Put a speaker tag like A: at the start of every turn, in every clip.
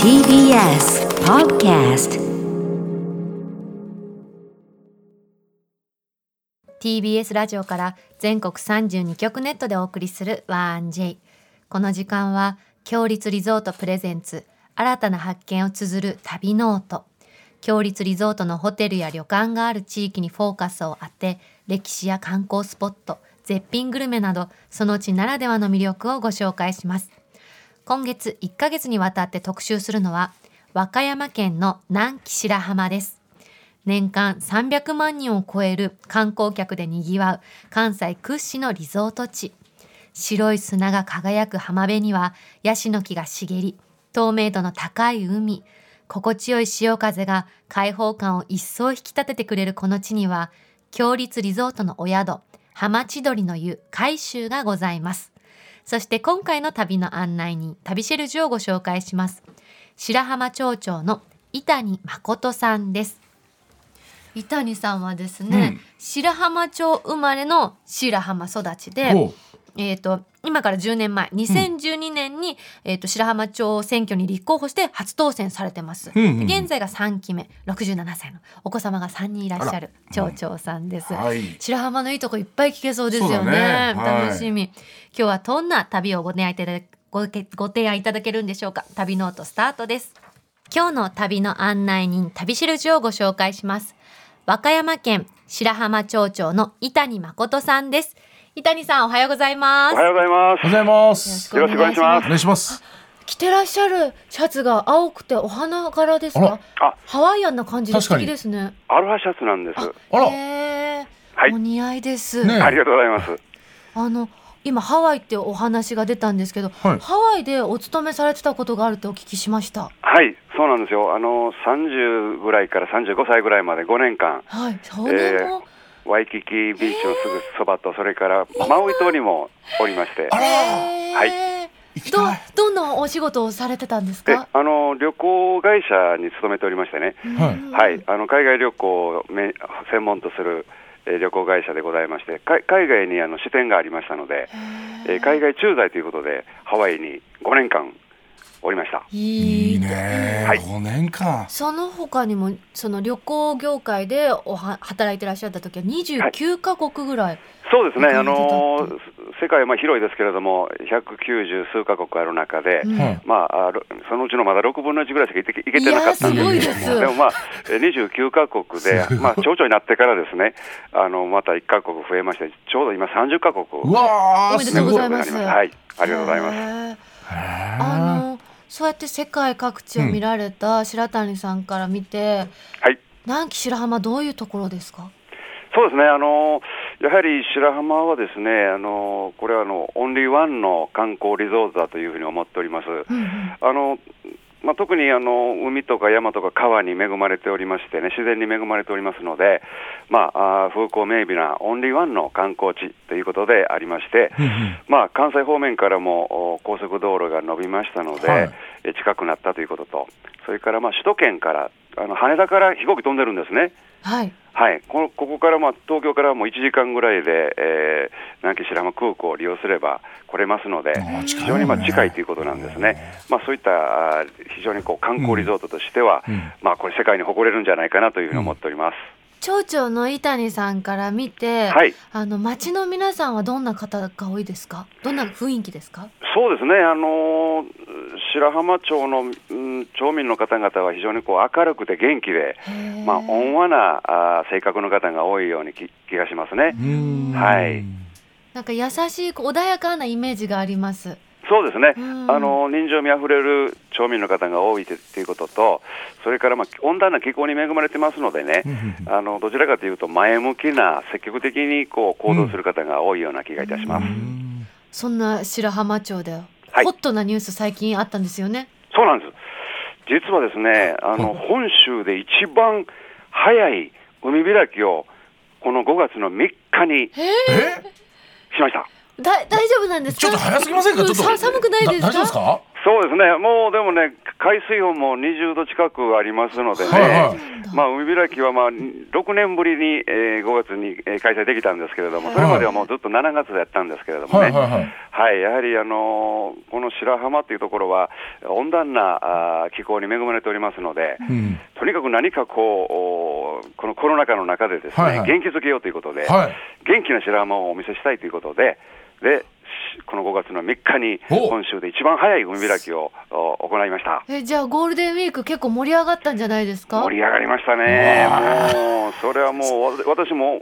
A: TBS Podcast
B: TBS ラジオから全国32局ネットでお送りする「ワン j この時間は「強立リゾートプレゼンツ新たな発見」を綴る旅ノート強立リゾートのホテルや旅館がある地域にフォーカスを当て歴史や観光スポット絶品グルメなどその地ならではの魅力をご紹介します今月1ヶ月にわたって特集するのは和歌山県の南紀白浜です年間300万人を超える観光客でにぎわう関西屈指のリゾート地白い砂が輝く浜辺にはヤシの木が茂り透明度の高い海心地よい潮風が開放感を一層引き立ててくれるこの地には強立リゾートのお宿浜千鳥の湯海舟がございますそして今回の旅の案内人旅シェルジュをご紹介します白浜町長の伊谷誠さんです伊谷さんはですね、
C: うん
B: 白浜町生まれの白浜育ちで
C: ほ
B: えー、と今から10年前2012年に、えー、と白浜町選挙に立候補して初当選されてます、
C: うんうんうん
B: で現在が3期目67歳のお子様が3人いらっしゃる
C: あら
B: 町長さんです、
C: うはい。
B: 白浜のいいとこいっぱい聞けそうですよ
C: そう
B: ね
C: だねはい
B: 楽しみ、今日はどんな旅をご提案いただごけご提案いただけるんでしょうか旅ノートスタートです今日の旅の案内人旅しるじをご紹介します和歌山県白浜町長の伊谷誠さんです伊谷さんおはようございます
D: おはようござい
C: おは
D: ます。
C: ようございます。
D: よろしくお願いしま
C: お
D: す
C: 願いします。
B: 着てらっしゃるシャツが青くてお花柄です
C: あ
B: から
D: あ
B: ハワイアンな感じで素
C: 確かに
B: 敵ですね
D: アロハシャツなんです。
C: あら、
B: へー
D: はい
B: お似合いです、
C: ねえ
D: ありがとうございます。
B: あの今ハワイってお話が出たんですけど、
C: はい
B: ハワイでお勤めされてたことがあるってお聞きしました。
D: はい、そうなんですよ。あの30ぐらいから35歳ぐらいまで5年間、
B: はい、少年も、
D: ワイキキビーチのすぐそばとそれからマウイ島にもおりまして、
C: あら
B: えー
D: はい
C: 行き
B: ど
C: たい。
B: どんなお仕事をされてたんです
D: で、
B: か
D: あ。の旅行会社に勤めておりましてね、
C: はい
B: うん
D: はい、あの海外旅行をめ専門とするえー旅行会社でございまして、か海外にあの支店がありましたので、えー海外駐在ということでハワイに5年間おりました。
B: い
C: い
B: い
C: いね
D: は。い
C: 五年間。
B: その他にもその旅行業界でおは働いてらっしゃった時は29カ国ぐらい、
D: そうですね、
B: な
D: あ
B: んか似てた
D: の
B: って
D: ー世界はまあ広いですけれども、190数カ国ある中で、
B: うん
C: はい。
D: まあ、あろそのうちのまだ6分の1ぐらいしか行って行けてなかったん
B: い
D: で
B: やすご
D: す
B: いで
D: けど
B: す
D: も、でもまあ、え29カ国で、まあ、町長になってからですね、あのまた1カ国増えまして、ちょうど今、30カ国
C: うわ
B: おめ
C: ー、
B: ですとうご
C: ごい。
B: ざい
C: へ
B: ます
D: はい、ありがとうございます。
B: ます。あ
C: ー
B: のそうやって世界各地を見られた白谷さんから見て、
D: はい
B: 南紀白浜どういうところですか。
D: そうですね、あのやはり白浜はですね、あのこれはあのオンリーワンの観光リゾートだというふうに思っております。
B: うんうん
D: あのまあ、特にあの海とか山とか川に恵まれておりましてね、自然に恵まれておりますので、まあ、あー風光明媚なオンリーワンの観光地ということでありまして、
C: うんうん
D: まあ、関西方面からもお高速道路が伸びましたので、
C: はい
D: え近くなったということと、それからまあ首都圏から、あの羽田から飛行機飛んでるんですね。
B: はい。
D: はい、このここから、まあ、東京からもう1時間ぐらいで、えー南紀白浜空港を利用すれば来れますので、
C: ー近いね
D: 非常にまあ近いということなんですね、まあ、そういったあー非常にこう観光リゾートとしては、
C: うんうん
D: まあ、これ、世界に誇れるんじゃないかなというふうに思っております。
B: 町長の伊谷さんから見て、
D: はい
B: あの町の皆さんはどんな方が多いですか。どんな雰囲気ですか。
D: そうですね、あのー白浜町の、うん町民の方々は非常にこう明るくて元気で、まあ、温和なあー性格の方が多いようにき気がしますね。
C: うん
D: はい
B: なんか優しいこう穏やかなイメージがあります。
D: そうですね、
B: うん
D: あの人情味あふれる町民の方が多いということと、それから、まあ、温暖な気候に恵まれてますのでね、
C: うんうんうん
D: あのどちらかというと、前向きな、積極的にこう行動する方が多いような気がいたします。
C: うん
B: そんな白浜町で、
D: はい
B: ホットなニュース最近あったんですよね。
D: そうなんです実はですねあの、本州で一番早い海開きを、この5月の3日にし
C: え、
D: ました。
B: だ大丈夫なんですか。
C: ちょっと早すぎませんか。ちょっと
B: さ寒くないですか。
C: だ大丈夫ですか。
D: そうですね、もうでもね、海水温も20度近くありますのでね、
C: はいはい
D: まあ、海開きはまあ6年ぶりに、えー5月にえー開催できたんですけれども、それまではもうずっと7月やったんですけれども
C: は
D: ね、
C: いはいはい。
D: はい、やはり、あのーこの白浜っていうところは、温暖なあー気候に恵まれておりますので、
C: うん。
D: とにかく何かこう、おこのコロナ禍の中でですね、
C: はいはい
D: 元気づけようということで、
C: はい。
D: 元気な白浜をお見せしたいということで、でしこの5月の3日に、
C: お
D: 本州で一番早い海開きをお行いました。
B: えじゃあゴールデンウィーク結構盛り上がったんじゃないですか
D: 盛り上がりましたね、もう、それはもう、わ私もう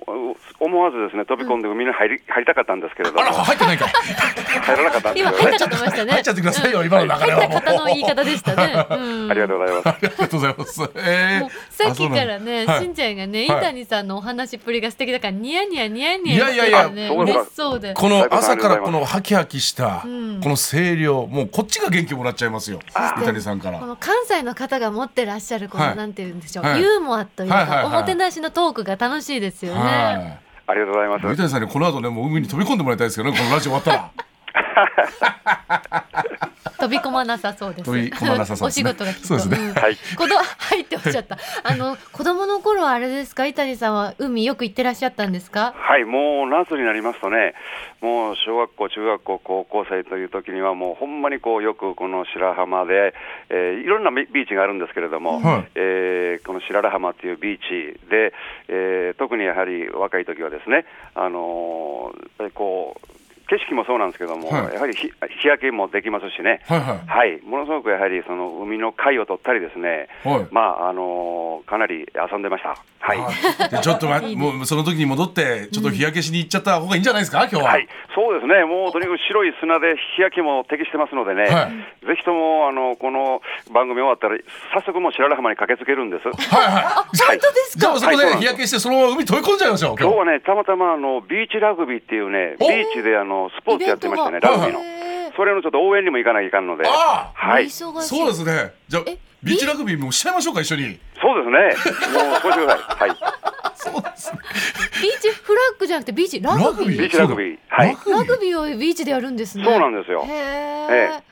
D: 思わずですね飛び込んで海に入り入りたかったんですけれども、
C: あら、
D: 入
C: 入ってないかい。
D: らなかったんです
B: 今
D: よ
B: 入っ
D: ね。
B: たかと思いましたね
C: 入っちゃってくださいよ、今の流れは。
B: 入った方の言い方でしたね、うん
D: ありがとうございま す。
C: ありがとうございます。え
B: もう
C: ー
B: さっきからね、
C: あそうなんだはい
B: しんちゃんがね、
C: はい
B: 伊谷さんのお話っぷりが素敵だから、ニヤニヤニヤニヤ
C: いやいやいや
B: ね、
D: そうですか
B: 嬉しそうで。
C: この朝からこのハキハキしたこ
B: ん
C: の声量、もうこっちが元気もらっちゃいますよ。
B: で
C: 伊谷さんから
B: こ。の関西の方が持ってらっしゃるこの、
C: はい
B: なんて言うんでしょう、
C: はい
B: ユーモアというか、
C: はいはいはい
B: おもてなしのトークが楽しいですよね。
C: は
D: ありがとうございま
C: い。伊
D: す。
C: 谷さんにこの後ね、もう海に飛び込んでもらいたいですけどね、このラジオ終わったら。
B: 飛び込まなさそうです。
C: 飛び込まなさそう
B: お
C: です
B: 仕
C: ね
B: 事がきっと。
C: そうですね
B: ん
D: はい
B: 子供入っておっしゃった。あの子供の頃はあれですか、伊谷さんは海よく行ってらっしゃったんですか。
D: はい、もう夏になりますとね、もう小学校、中学校、高校生という時には、もうほんまにこうよくこの白浜で、えーいろんなビビーチがあるんですけれども、
C: はい
D: えーこの白良浜というビーチで、えー特にやはり若い時はですね、あのーやっぱりこう景色もそうなんですけども、
C: はい
D: やはり日日焼けもできますしね。
C: はいは
D: はい、ものすごくやはりその海の貝を取ったりですね、
C: はい
D: まああのーかなり遊んでました。はい
C: い。はいでちょっと まもうその時に戻ってちょっと日焼けしに行っちゃった方がいいんじゃないですか今日は。
D: はい、そうですね、もうとにかく白い砂で日焼けも適してますのでね、
C: はい
D: ぜひともあのこの番組終わったら、早速もう白良浜に駆けつけるんです。
C: はいはい。
D: 本当
B: です
C: じゃあそこ
D: はいそう
C: で
D: なんです
C: 日焼けしてそのまま海飛び込んじゃいましょう。
D: 今
C: 今
D: 日
C: 日
D: はね、たまたまあのビーチラグビーっていうね、ビ
C: お
D: ーチであのスポーツやってましたね、
B: イベン
D: ラ
B: ト
D: グ
B: が
D: ビーの
C: は。
B: へー
D: それのちょっと応援にも行かないといかんので、
C: あ
D: は
B: お
D: い、そう
B: 忙しい。
C: そうですね。じゃあ
B: え
C: ビーチラグビーもしちゃいましょうか一緒に。
D: ですね、もうそうしてくだ さい。はい、
C: そうですね。
B: ビーチフラッグじゃなくてビーチラグビー。
D: ビーチラグビーはい
B: ラグビーをビーチでやるんですね。
D: そうなんですよ
B: へ
D: え
B: え。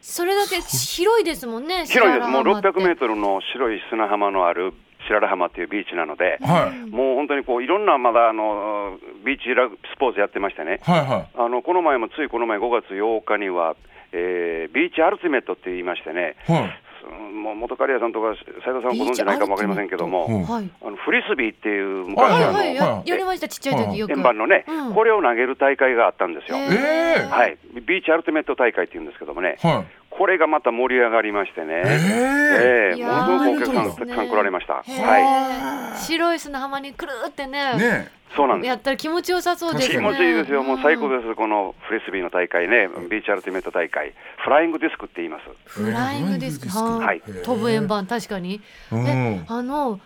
B: それだけ広いですもんね。
D: 広いです、も
B: 白
D: う
B: 良浜って
D: 600メートルの白い砂浜のある白良浜っていうビーチなので、
C: はい
D: もう本当にこういろんなまだあのビーチラグスポーツやってましてね、
C: はいは
D: あのこの前もついこの前5月8日には、えービーチアルティメットって言いましてね、
C: いはい。
D: そのもう元カリアさんとか斉藤さんご存知ないかもわかりませんけども、
C: うん
B: はい。
D: あのフリスビーっていう
C: は
B: は
C: い
D: 昔
B: い
D: あの
B: はいや
C: はい
B: やりましたちっちゃい時よく。
D: 円盤のね、
B: うん
D: これを投げる大会があったんですよ。
B: へ
C: ええ
D: はい、ビーチアルティメット大会っていうんですけどもね、
C: はい。
D: これがまた盛り上がりましてね、
C: え
D: え
B: い
D: え
B: やー
D: ものすごくお客さ
B: そう
D: ん、
B: です
D: た
B: ね
D: くさん来られました、
B: へー
D: はい、
B: 白い砂浜にくるってね。
C: ね
D: そうなんです
B: や。ったら気持ちよさそうですね。
D: 気持ちいいですよ、もう最高です、このフリスビーの大会ね、ビーチアルティメット大会、フライングディスクって言います。
B: フライングですか。
D: はい
B: 飛ぶ円盤確かに。
C: え。うん
B: え。あの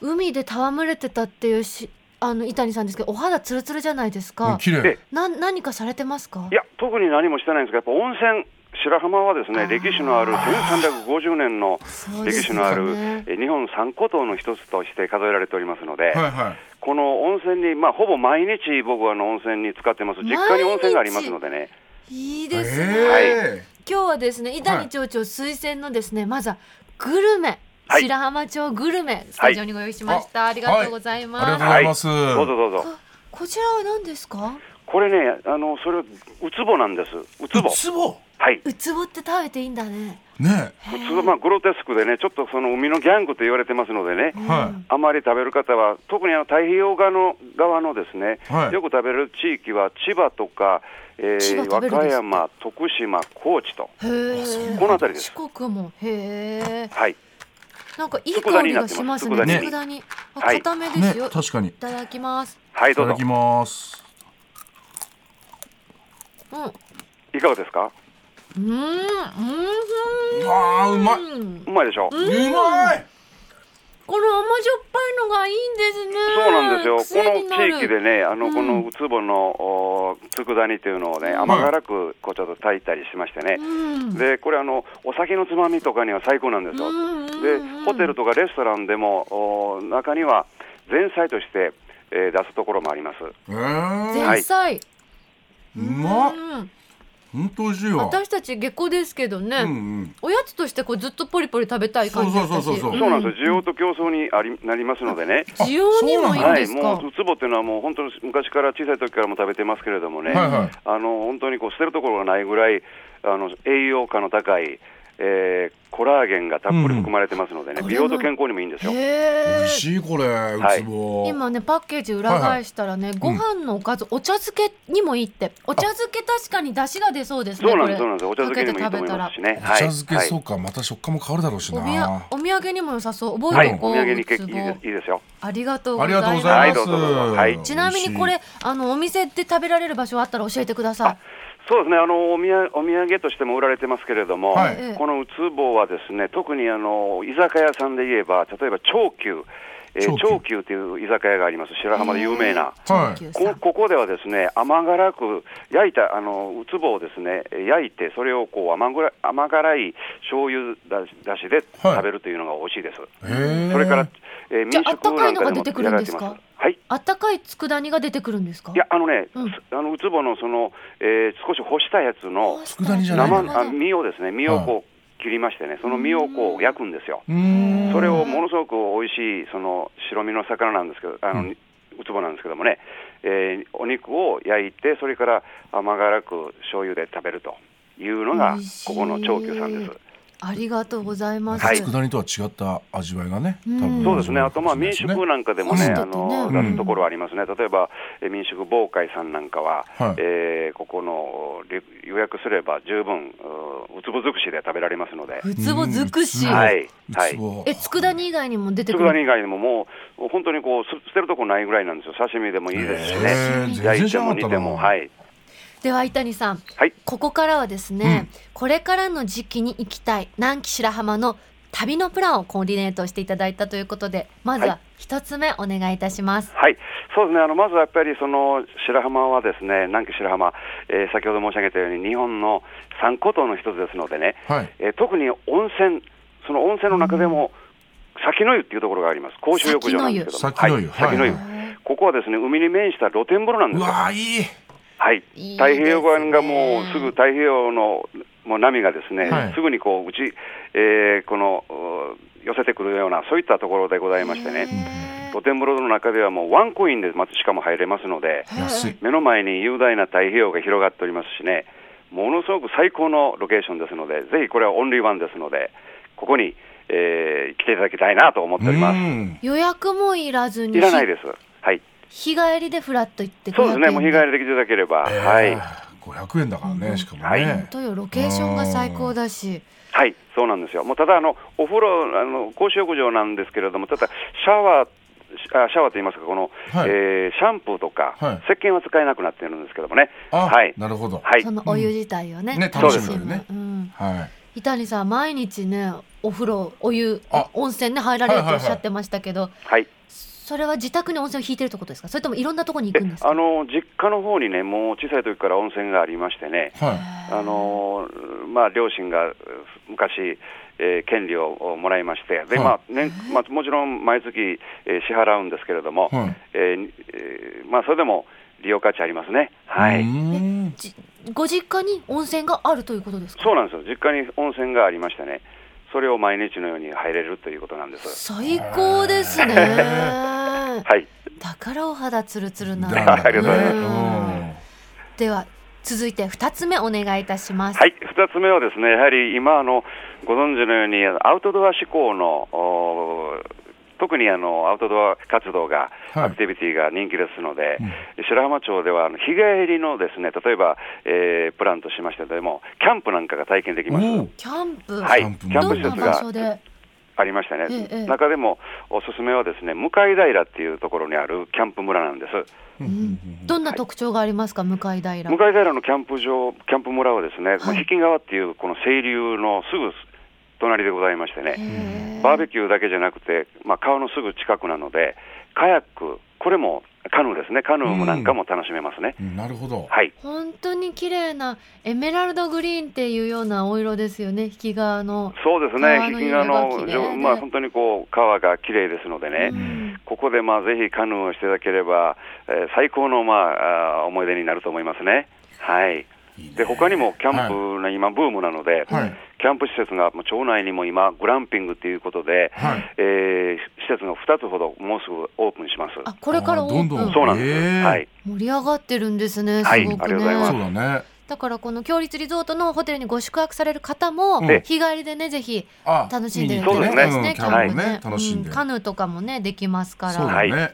B: 海で戯れてたっていうしあの伊谷さんですけどお肌ツルツルじゃないですか。
C: 綺麗
D: で。
B: な何かされてますか
D: い。や、特に何もしてないんですが、やっぱ温泉、白浜はですね、歴史のある1350年の
B: そうで
D: 歴
B: す
D: 史
B: よね
D: のある、え日本三古島の一つとして数えられておりますの
C: は
D: で、
C: いはい。
D: この温泉に、まあ、ほぼ毎日僕はあの温泉に使ってます、実家に温泉がありますのでね、
B: いい
C: え
B: ですね。
C: え。
B: 今日はですね伊谷町長推薦のですね、まずはグルメ、
D: はい
B: 白浜町グルメスタジオにご用意しました、
C: あ
B: ありがとうござい
C: あり
B: ま
C: が
B: す、
C: とうございます。
D: どうぞどうぞ、
B: あこちらは何ですか
D: これね、あのそれ、ウツボなんです、ウツボ、
C: ツボ。
D: はい、
B: ウツボって食べていいんだね
C: ね
D: 普通はまあグロテスクでね、ちょっとその海のギャングと言われてますのでね、
C: え。は
D: あまり食べる方は、特にあの太平洋側の側のですね、
C: はい
D: よく食べる地域は千葉とか、えー
B: 千葉食
D: 和
B: べるんですか
D: 歌山、徳島、高知と、
B: へえ
D: この辺りです
B: 四国もへえ
D: はい、
B: なんかいい香りがしますね
D: 佃
C: 煮になってます
B: 佃煮あ
D: はい
B: 固め
C: い。
B: で
C: ね
B: すよ、
C: 確かに。
B: いただきます
D: はい、
C: いた
D: どう
C: だ
D: ぞ
C: き、ます。
B: うんう
D: いかがですか、
B: ーんう
C: ああうまい。
B: ーん
D: うまいでしょう、
C: うまい。
B: この甘じょっぱいのがいいんですね
D: そうなんですよ、
B: 癖に
D: こ
B: な
D: の
B: る
D: 地域でね、あの
B: ん
D: このウツボのお佃煮というのをね、甘辛くこうちょっと炊いたりしましてね、
B: うん
D: でこれあの、お酒のつまみとかには最高なんですよ。
B: うんうん
D: で
B: うん
D: ホテルとかレストランでもお中には前菜として、えー出すところもあります。
C: ええ。
B: 前菜、
C: うまっ。
B: うん
C: う本当美味しいわ。
B: 私たち下校ですけどね、
C: うんうん。
B: おやつとしてこうずっとポリポリ食べたい感じだったし
C: そうそうそうそう
D: そうなんですよ需要と競争にありなりますのでね、
B: 需要にもいいん
D: は
B: で
D: い、
B: す
D: も
B: か
D: うウツボっていうのは、もう本当に昔から小さい時からも食べてますけれどもね、
C: はいはい
D: あの本当にこう捨てるところがないぐらい、あの栄養価の高い、えーコラーゲンがたっぷり含まれてますのでね、
B: うん
D: 美容と健康にもいいんですよ。
B: へ
C: 美
B: え
C: 味しいこれ、うつぼ。
B: 今ねパッケージ裏返したらね、ご飯のおかずお茶漬けにもいいってお茶漬け確かに出汁が出そうですね
D: そうな
B: こ
D: んです、
B: れ
D: そうなんです、お茶漬けにもいいと思いますしね。
C: お
D: は
C: 茶
D: い
C: 漬け、
D: はい
C: そうか、また食感も変わるだろうし
B: お
C: な。
B: みやお土産にも良さそう覚
D: は
B: え
D: い
B: てお、こ
D: お
B: う、
D: 土産に
B: ウ
D: 結
B: ツ
D: 構いい
B: ボ
D: ですいいですよ。
B: ありがとうご
C: あり
B: ざい
C: がとう
B: ま
C: ご
B: す
C: ざいま
D: はいどうぞどうぞは
C: す。
D: い
B: ちなみにこれあのお店で食べられる場所あったら教えてください
D: そうですね、あのおみやお土産としても売られてますけれども、
C: はい
D: このウツボはですね、特にあの居酒屋さんで言えば、例えば長久、え
C: 長
D: ー、長久っていう居酒屋があります、白浜で有名
C: は
D: な。
C: い
B: 上級さん
D: こここではですね甘辛く焼いたあのウツボをですねえ焼いてそれをこう甘辛甘辛い醤油だしだしで
C: はい
D: 食べるというのが美味しいです。
C: へえ
D: それから、えー
B: じゃ
D: 民
B: あ
D: 食なんか
B: あったかいのが
D: で
B: 出
D: も
B: てく
D: や
B: るん
D: られ
B: です
D: て
B: か
D: ます。はい。
B: あったかい佃煮が出てくるんですか
D: いやあのね、
B: うん
D: あのウツボのその、えー少し干したやつの
C: 佃煮じゃない
D: 生
C: の
D: あ身をですね身をこう切りましてねその身をこう焼くんですよ。
C: うーん
D: それをものすごく美味しいその白身の魚なんですけどあの、うつぼなんですけどもね、えーお肉を焼いてそれから甘辛く醤油で食べるというのが
B: 美味しい
D: ここの長久さんです。
B: ありがとうございます、
D: はい
C: 佃煮とは違った味わいがね、
B: うん
C: 多分
D: そうですね。あとまあ
C: そうで
D: 民
C: す
D: 宿
C: ね
D: なんかでもね、
B: うん
D: あの
B: うん
D: 出すところありますね。例えばえー民宿防海さんなんかは、
C: はい
D: えーここのり予約すれば十分ううつぼ尽くしで食べられますので、
B: ウツボ尽くし、
C: うん
D: はいは
C: うつ
D: い。
C: ぼ
B: え佃煮以外にも出てく
D: 佃煮
B: る
D: 以外にももう本当にこうす捨てるとこないぐらいなんですよ。刺身でもいいですしね。
C: へー全
D: 焼
C: 然
D: い
C: 知
D: て
C: らな
D: も
C: かったな
D: 煮ても、はい。
B: では伊谷さん
D: はい。
B: ここからはですね、これからの時期に行きたい南紀白浜の旅のプランをコーディネートしていただいたということでまずは
D: は
B: 一つ目お願いいたします、
D: はい、そうですね、あのまずはやっぱりその白浜はですね、南紀白浜、えー先ほど申し上げたように、日本の三古島の一つですのでね、
C: はい
D: えー特に温泉、その温泉の中でも、先の湯っていうところがあります、公衆浴場なんですけども、
C: 先の湯
D: はい
C: 先の湯
D: 先の湯
C: は
D: ここはですね海に面した露天風呂なんで
C: う
D: すよ、
C: わーいい
D: はい、
B: いいですね
D: 太平洋側がもうすぐ太平洋のもう波がですね、
C: はい
D: すぐにこううち、えーこのう寄せてくるような、そういったところでございましてね。
B: ね
D: 露天風呂の中ではもうワンコインでまずしかも入れますので、
C: 安い
D: 目の前に雄大な太平洋が広がっておりますしね、ものすごく最高のロケーションですので、ぜひこれはオンリーワンですので、ここに、えー来ていただきたいなと思っております。
C: ん
B: 予約もいらずに
D: いらないです。はい。
B: 日帰りでフラッと行って
D: そうですね、もう日帰
B: り
D: りできていただければ、
C: えー
D: はい。
C: 500円だからね、しかもね、
D: はい
B: というロケーションが最高だし
D: はい、そうなんですよ。もうただあのお風呂あの公衆浴場なんですけれども、ただシャワーシャあシャワーと言いますかこの、
C: はい
D: えーシャンプーとか、
C: はい
D: 石鹸は使えなくなっているんですけどもね。
C: あ、
D: はい。
C: なるほど
D: はい
B: そ。のお湯自体をね,、
C: ね
D: 楽しむ
C: よね
B: うん、
C: はい
B: 伊谷さん毎日ねお風呂お湯
C: あ
B: 温泉ね入られると
C: はい
B: おっ
C: はいは
B: し
C: い
B: ゃってましたけど、
D: はい。
B: それは自宅に温泉を引いてるってことですかそれともいろんなとこに
D: で
B: 行くんですか
D: あの実家の方にね、もう小さい時から温泉がありましてね。
C: は
D: あのまあ、両親が昔、えー権利をもらいまして、で
C: はい
D: まあ年まあ、もちろん毎月、えー支払うんですけれども、
C: はい
D: えーえーまあ、それでも利用価値ありますね、はい、
C: うーん
B: じご実家に温泉があるということですか
D: そうなんですよ、実家に温泉がありましてね、それを毎日のように入れるということなんです。
B: 最高ですねだ
D: はい、
B: からお肌ツルツルなん
C: だ
B: だ
C: から
D: ありがとうござい
B: うんでは続いて二つ目お願いいたします、
D: はい、2つ目はですね、やはり今あの、ご存知のように、アウトドア志向の、おー特にあのアウトドア活動が、
C: はい
D: アクティビティが人気ですので、
C: うん
D: 白浜町ではあの日帰りのですね、例えば、えープランとしましてでも、キャンプなんかが体験できます。
C: おー
B: キャンプ、
D: はい、
C: キ
D: キ
C: ャ
D: ャ
C: ンプ
D: ン
B: ど
C: も
D: プ施
B: んな
D: 設
B: 場
D: が
B: 所で
D: ありましたね、
B: ええ
D: 中でもおすすめはですね向井平っていうところにあるキャンプ村なんです
B: どんな特徴がありますか向井平
D: 向井平のキャンプ場キャンプ村はですね、
B: はい
D: 引き川っていうこの清流のすぐ隣でございましてね、
B: へー
D: バーベキューだけじゃなくて、まあ、川のすぐ近くなのでカヤックこれもカヌーですねカヌーもなんかも楽しめますね、
C: うんなるほど
D: はい
B: 本当に綺麗なエメラルドグリーンっていうようなお色ですよね引き側の、
D: そうですね
B: 川の
D: 引き川
B: 色が綺
D: の
B: 麗で
D: 上まあ本当にこう川が綺麗ですのでね、
B: うん
D: ここでまあぜひカヌーをしていただければ、えー最高のまああー思い出になると思いますね。はい。で他にもキャンプの今、ブームなので、
C: はい
D: キャンプ施設がもう町内にも今、グランピングということで、
C: はい
D: えー施設が2つほど、もうすぐオープンします。
B: あこれからオープン
C: あどんどん
D: そうなんです、
C: へー
D: はい、
B: 盛り上がってるんですね、
D: はい
B: すご
D: あ
B: く
D: りがとうございます
C: そう
B: ね。
C: だね
B: だからこの強立リゾートのホテルにご宿泊される方も
C: ええ
B: 日帰りでねぜひ
C: あ
B: 楽しんでい
C: 見
B: た
C: に行
B: だ
C: って
B: き
D: そ
B: た
D: う
B: い
D: で
B: ですす
C: ね
B: ね。
C: キ
B: キ
C: ャ
B: ャンプ
C: ンプ
B: ね、
C: ね楽しん
B: う
C: で
B: んカヌーとかもねできますか
C: そう
B: ら。
C: だね、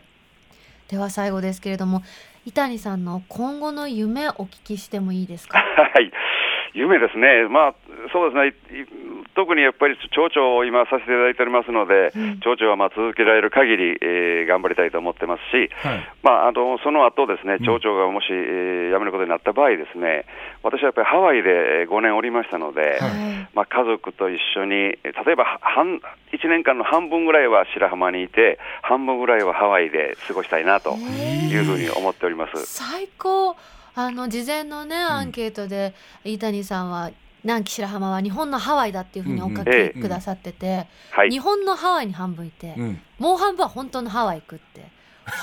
B: では最後ですけれども、伊谷さんの今後の夢お聞きしてもいいですか。
D: はい、夢ですね、まあ、そうですね、い特にやっぱり町長を今、させていただいておりますので、
B: うん
D: 町長はまあ続けられる限り、えー頑張りたいと思ってますし、
C: はい
D: まあ、あのその後ですね、
C: うん
D: 町長がもし、えー辞めることになった場合ですね、私はやっぱりハワイで5年おりましたので、
C: はい
B: はい
D: まあ、家族と一緒に、えー例えば半1年間の半分ぐらいは白浜にいて、半分ぐらいはハワイで過ごしたいなと
B: え
D: いうふうに思っております。
B: 最高あの事前のねアンケートで伊谷さんは南紀白浜は日本のハワイだっていうふうにお書
D: うんえ
B: き
C: え
B: くださってて、
D: はい
B: 日本のハワイに半分いて、
C: うん、
B: もう半分は本当のハワイ行くって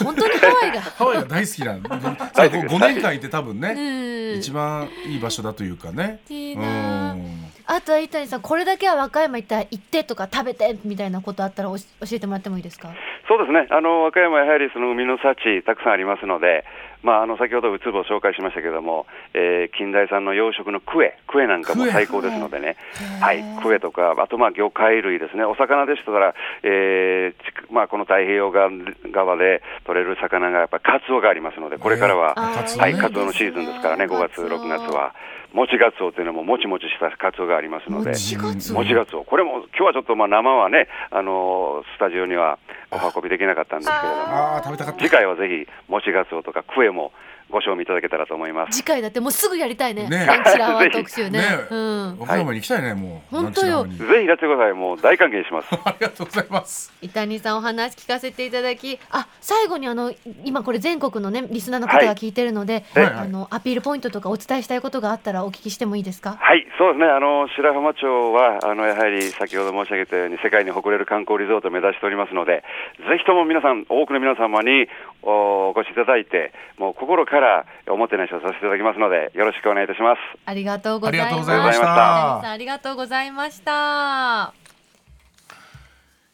B: 本当にハワイ が
C: ハワイが大好きなんで
D: 大好きです
C: 5年間いて多分ね、
B: うん
C: 一番いい場所だというかね
B: いいうなあ
C: ん
B: あとは伊谷さんこれだけは和歌山行ったら行ってとか食べてみたいなことあったらおし教えてもらってもいいですか
D: そうですね、あの和歌山はやはりその海の幸、たくさんありますので、まあ、あの先ほど、ウツボを紹介しましたけども、えー近代産の養殖のクエ、クエなんかも
C: クエ
D: 最高ですのでね、
B: へー
D: はい、クエとか、あとまあ魚介類ですね、お魚でしたら、えーちくまあ、この太平洋側側で取れる魚が、やっぱりカツオがありますので、これからは、
B: あー
C: カツオね
D: はい、カツオのシーズンですからね、
B: いいで
D: 5
B: すね
D: 月、6月は。もちガツオというのも、もちもちしたカツオがありますので。
B: 4月
D: もちがつお、これも今日はちょっとまあ生はね、あのースタジオにはお運びできなかったんですけれども、
C: あー食べたかった
D: 次回はぜひ、もちがつおとかクエもご賞味いただけたらと思います。
B: 次回だってもうすぐやりたいね
C: ね
B: 南紀白浜特集ね
C: ね
B: うん
C: 和歌山に行きたいね、もう
B: 本当よ
C: ランチ
D: ぜ
C: なのに
D: ひやってください、もう大歓迎します。
C: ありがとうございます
B: 伊谷さんお話聞かせていただきあ最後にあの今これ全国のねリスナーの方が聞いてるので、
C: はい
B: あのアピールポイントとかお伝えしたいことがあったらお聞きしてもいいですか
D: はい、そうですね。あの白浜町はあのやはり先ほど申し上げたように世界に誇れる観光リゾートを目指しておりますので、ぜひとも皆さん多くの皆様におお越しいただいて、もう心からおもてなしをさせていただきますのでよろしくお願いいたします。
B: ありがとうございます
C: ありがとうご
D: ざいました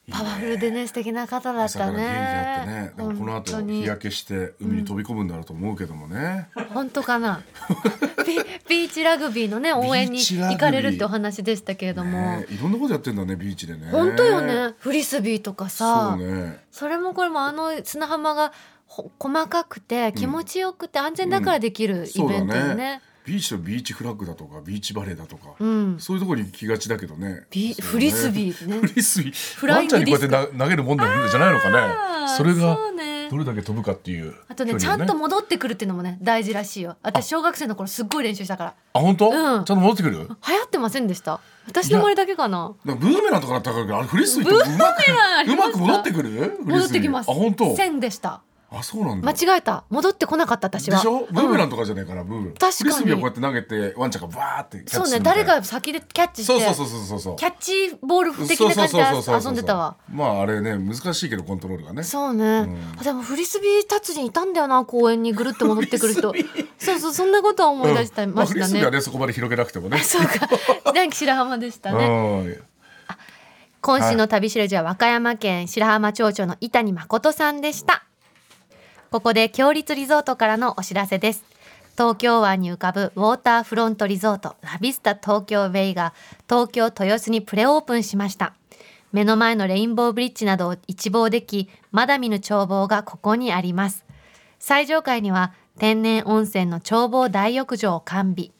B: 伊谷さんありがとうございましたパワフルでね素敵な方だっ
C: 朝か
B: た
C: ら元気だってね
B: ね
C: でもこの後日焼けして海に飛び込むんだろうと思うけどもね、
B: 本当かな ビビーチラグビーのね応援に
C: ビーチラグビー
B: 行かれるってお話でしたけれども、
C: ねいろんなことやってんだねビーチでね
B: 本当よねフリスビーとか
C: そ
B: さ
C: うね
B: それもこれもあの砂浜がほ細かくて気持ちよくて安全だからできるイ
C: そう
B: ベ
C: だ
B: ントよ
C: ね
B: ね。
C: ビーチとビーチフラッグだとかビーチバレーだとか、
B: うん
C: そういうところに行きがちだけどね
B: ビ
C: そうね
B: フリスビーね
C: フリスビー
B: フライング
C: ワンちゃんにこうやってな投げるもんなんじゃないのか
B: あー
C: ねそれが
B: そうね
C: どれだけ飛ぶかっていう
B: あとね
C: 距
B: ち
C: 離
B: ゃ
C: を
B: んと戻ってくるっていうのもね大事らしいよ。私小学生の頃すっごい練習したから
C: あ本当、
B: うん
C: ちゃんと戻ってくる
B: 流行ってませんでした。私の周りだけかな。
C: なんかブーメランとかだったからあれフリスビーってう
B: ブ
C: ま
B: ーメランあ
C: く
B: り
C: う
B: ました
C: まく戻ってくるフリ
B: 戻
C: ス
B: っ
C: ビー
B: てきます。
C: あ本当
B: 線でした。
C: あそうなんだ
B: 間違えた。戻ってこなかった私
C: で
B: は。
C: しょブーメラ
B: う
C: ン
B: ん
C: とかじゃないから、ブーメラン
B: 確かに
C: フリスビーをこうやって投げてワンちゃんがバーってキャッチする
B: そうね
C: みたい
B: 誰
C: な
B: が先でキャッチして
C: そうそうそうそうそう
B: キャッチボール的な感じで遊んでたわ。
C: まああれね難しいけどコントロールがね
B: そうね、あでもフリスビー達人いたんだよな公園にぐるっと戻ってくる人
C: フリスビー
B: そうそうそんなことは思い出して
C: うんま
B: ま
C: あ
B: し
C: フリ
B: た
C: スビ
B: ね,、
C: ーはねそこまで広げなくてもね
B: そうか 南紀白浜でしたね、
C: うん
B: 今週の旅しるじは和歌山県白浜町長の伊谷誠さんでしたここで強立リゾートからのお知らせです東京湾に浮かぶウォーターフロントリゾートラビスタ東京ベイが東京豊洲にプレオープンしました目の前のレインボーブリッジなどを一望できまだ見ぬ眺望がここにあります最上階には天然温泉の眺望大浴場を完備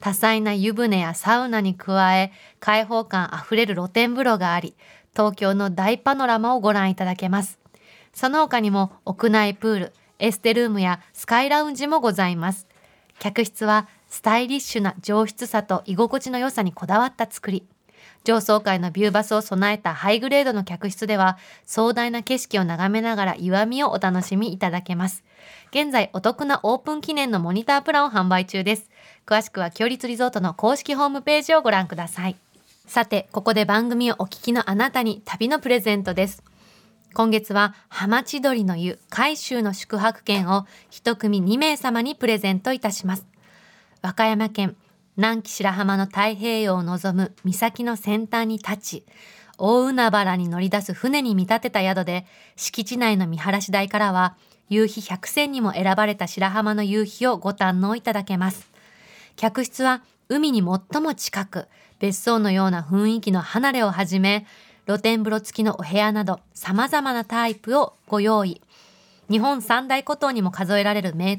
B: 多彩な湯船やサウナに加え開放感あふれる露天風呂があり東京の大パノラマをご覧いただけますその他にも屋内プールエステルームやスカイラウンジもございます客室はスタイリッシュな上質さと居心地の良さにこだわった作り上層階のビューバスを備えたハイグレードの客室では壮大な景色を眺めながら岩見をお楽しみいただけます現在お得なオープン記念のモニタープランを販売中です詳しくは強立リゾートの公式ホームページをご覧くださいさてここで番組をお聞きのあなたに旅のプレゼントです今月は浜千鳥の湯海州の宿泊券を一組2名様にプレゼントいたします和歌山県南紀白浜の太平洋を望む岬の先端に立ち大海原に乗り出す船に見立てた宿で敷地内の見晴らし台からは夕日100選にも選ばれた白浜の夕日をご堪能いただけます客室は海に最も近く別荘のような雰囲気の離れをはじめ露天風呂付きのお部屋など様々なタイプをご用意日本三大古島にも数えられる名湯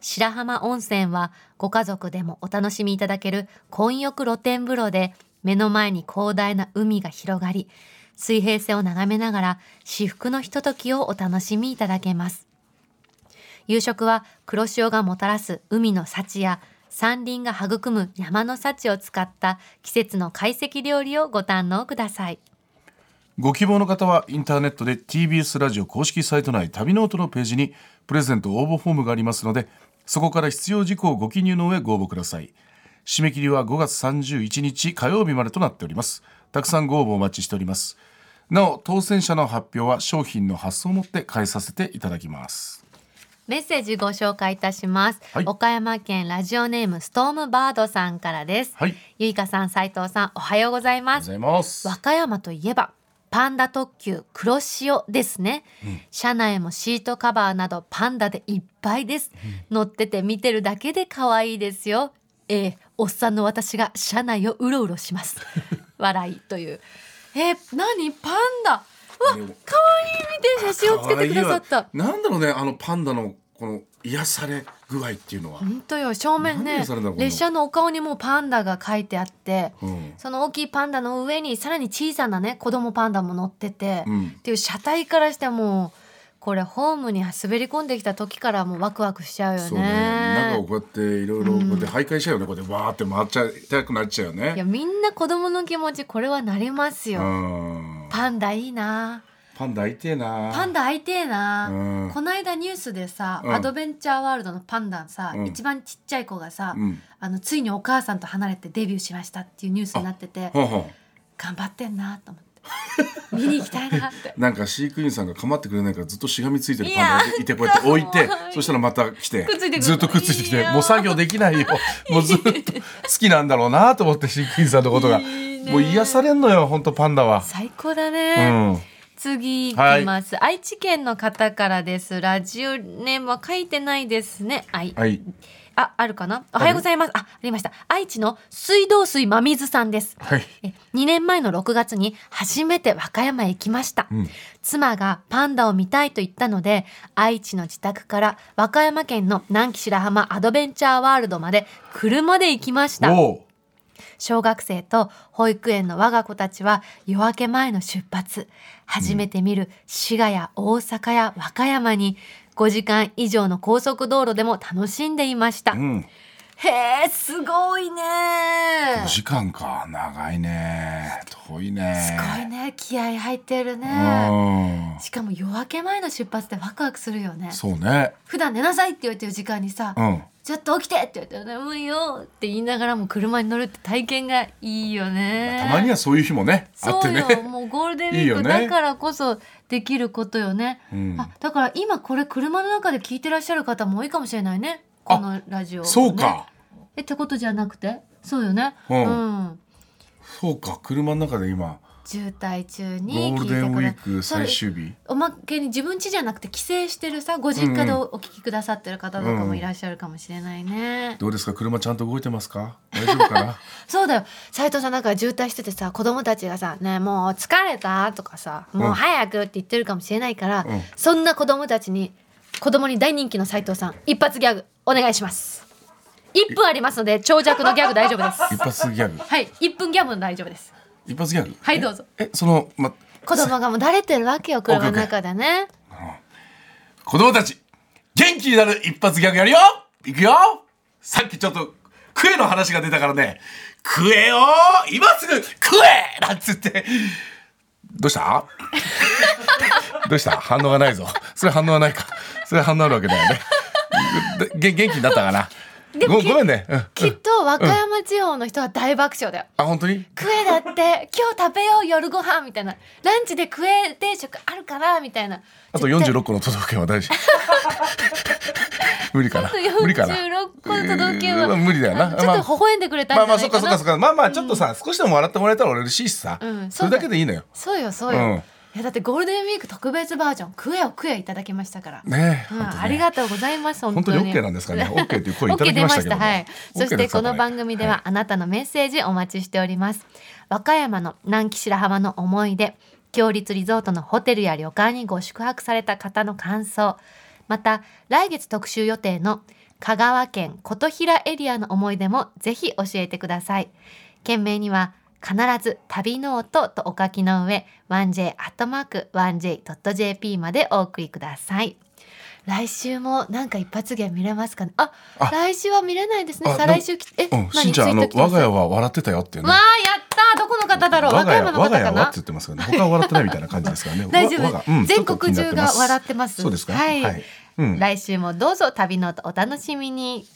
B: 白浜温泉はご家族でもお楽しみいただける混浴露天風呂で目の前に広大な海が広がり水平線を眺めながら至福のひとときをお楽しみいただけます夕食は黒潮がもたらす海の幸や山林が育む山の幸を使った季節の懐石料理をご堪能ください
C: ご希望の方はインターネットで TBS ラジオ公式サイト内旅ノートのページにプレゼント応募フォームがありますのでそこから必要事項をご記入の上ご応募ください締め切りは5月31日火曜日までとなっておりますたくさんご応募お待ちしておりますなお当選者の発表は商品の発送をもって返させていただきます
B: メッセージご紹介いたします、
C: はい
B: 岡山県ラジオネームストームバードさんからです、
C: はい
B: ゆいかさん斉藤さんおはようござい
C: あ
B: ま
C: り
B: す
C: がとうございます
B: 和歌山といえばパンダ特急黒潮ですね、車内もシートカバーなどパンダでいっぱいです、乗ってて見てるだけで可愛いですよええおっさんの私が車内をうろうろします 笑いというえー、何パンダうわ可愛い見て写真をつけてくださった
C: なんだろうねあのパンダのこの癒され具合っていうのは、
B: 本当よ正面
C: 何
B: ね
C: をされたのこんなの
B: 列車のお顔にもうパンダが書いてあって、
C: うん
B: その大きいパンダの上にさらに小さなね子供パンダも乗ってて、
C: うん
B: っていう車体からしてもうこれホームに滑り込んできた時からもうワクワクしちゃうよね。
C: そうね中をこうやっていろいろこうやって徘徊しちゃうよね、こうやってわーって回っちゃいたくなっちゃうよ
B: いや
C: ね
B: みんな子供の気持ちこれはなります
C: う
B: よ。
C: ん
B: パンダいいな
C: パンダいてえな
B: パン
C: ダ
B: ダ会いてえな、
C: うん
B: こないだニュースでさ、
C: うん
B: アドベンチャーワールドのパンダさ、
C: うん
B: 一番ちっちゃい子がさ、
C: うん
B: あのついにお母さんと離れてデビューしましたっていうニュースになってて、
C: ほうほ
B: 頑張ってんなと思って見に行きたいなって
C: うなんか飼育員さんが構ってくれないからずっとしがみついてる
B: いや
C: パンダがいてこうやって置いて
B: かわいい
C: そしたらまた来て
B: くっついてくる
C: ずっとくっついてき
B: いい
C: て
B: よ
C: もう作業できな いよもうずっと好きなんだろうなと思って飼育員さんのことが
B: いいね
C: もう癒されんのよ本当パンダは、
B: 最高だ
C: う
B: ね、
C: ん、
B: 次いきます、愛知県の方からですラジオネームは書いてないですねはい、
C: はい
B: ああるかなおはようございますあありました愛知の水道水真水さんです
C: はい
B: え2年前の6月に初めて和歌山へ行きました、
C: うん
B: 妻がパンダを見たいと言ったので愛知の自宅から和歌山県の南紀白浜アドベンチャーワールドまで車で行きました
C: おう
B: 小学生と保育園の我が子たちは夜明け前の出発初めて見る滋賀や大阪や和歌山に5時間以上の高速道路でも楽しんでいました、
C: うん
B: へえすごいね
C: 5時間か長いね遠いね
B: すごいね気合入ってるね
C: う
B: しかも夜明け前の出発ってワクワクするよね
C: んそうね
B: 普段寝なさいって言われてる時間にさ、
C: うん
B: ちょっと起きてって言われて眠いよって言いながらも車に乗るって体験がいいよね
C: たまにはそういう日もねあ
B: そ
C: って
B: う
C: ね
B: よ、もうゴールデンウィ
C: いい
B: ー
C: よ
B: ク
C: ね
B: だからこそできることよね。
C: うん
B: あ、だから今これ車の中で聞いてらっしゃる方も多いかもしれないね。このラジオ、ね。
C: そう。か
B: え、ってことじゃなくて、そうよね。
C: う
B: うん。
C: んそうか車の中で今
B: 渋滞中
C: ゴ
B: に
C: ー
B: 聞い
C: ル
B: て
C: デンウ
B: く
C: ィ
B: れ
C: ーク最終日
B: おまけに自分家じゃなくて帰省してるさご実家でおお聞きくださってる方とかもいらっしゃるかもしれないね、
C: どうですか車ちゃんと動いてますか大丈夫か な
B: そうだよ斉藤さんなんか渋滞しててさ子供たちがさ「ねえもう疲れた?」とかさ「もううん早く」って言ってるかもしれないから、
C: うん
B: そんな子供たちに子供に大人気の斉藤さん一発ギャグお願いします1分ありますので長尺のギャグ大丈夫 です
C: 一発ギャグ
B: はい1分ギャグも大丈夫です
C: 一発ギャグ
B: はいどうぞ
C: ええそのま
B: 子供がもうだれてるわけよ車の
C: OK
B: 中でね
C: 子供たち元気になる一発ギャグやるよいくよさっきちょっとクエの話が出たからねクエを今すぐクエなんつってどうした どうした反応がないぞそれ反応はないかそれ反応あるわけだよねげ元気になったかなごごめんね、うんうん
B: きっと和歌山地方の人は大爆笑だよ
C: あ本当に
B: クエだって今日食べよう夜ご飯みたいなランチでクエ定食あるかなみたいな
C: あと
B: 絶対
C: 46個の都道府県は大事無理かな 無理かな
B: 46個の都道府県は、
C: うん無理だよな
B: あのちょっと微笑んでくれたん
C: まあ
B: じゃな
C: まあそ
B: い
C: っか
B: かな
C: そっかそっかまあまあちょっとさ、少しでも笑ってもらえたら俺嬉しいしさ、
B: うん
C: それだけでいいのよ
B: そうよそうよ、
C: うん
B: いやだってゴールデンウィーク特別バージョン「クエをクエ」いただきました から、
C: ねえ、
B: うん
C: 本当ね
B: ありがとうございます本
C: 本
B: 当
C: 当
B: に
C: に OK なんですかね OK っていう声いただきましたけど
B: OK 出
C: も
B: はい、そ
C: OK
B: してこの番組ではあなたのメッセージお待ちしております、和歌山の南紀白浜の思い出強立リゾートのホテルや旅館にご宿泊された方の感想また来月特集予定の香川県琴平エリアの思い出もぜひ教えてください件名には必ず旅ノートとお書きの上 1j.1j.jp までお送りください来週もなんか一発芸見れますかねあ
C: あ
B: 来週は見れないですね
C: あ
B: 再来週きえ、
C: うん、しんちゃんあの
B: ツイート来てま
C: 我
B: す
C: が家は笑ってたよっていうね
B: わあやったーどこの方だろう和
C: 我
B: 歌
C: が家
B: 山の方
C: 我が家
B: か
C: はっ
B: な
C: て言ってますけどね他は笑ってないみたいな感じですからね
B: 大丈夫
C: わ我がうん
B: 全国中が笑ってます
C: そうですか
B: はい
C: うん、
B: 来週もどうぞ旅ノートお楽しみに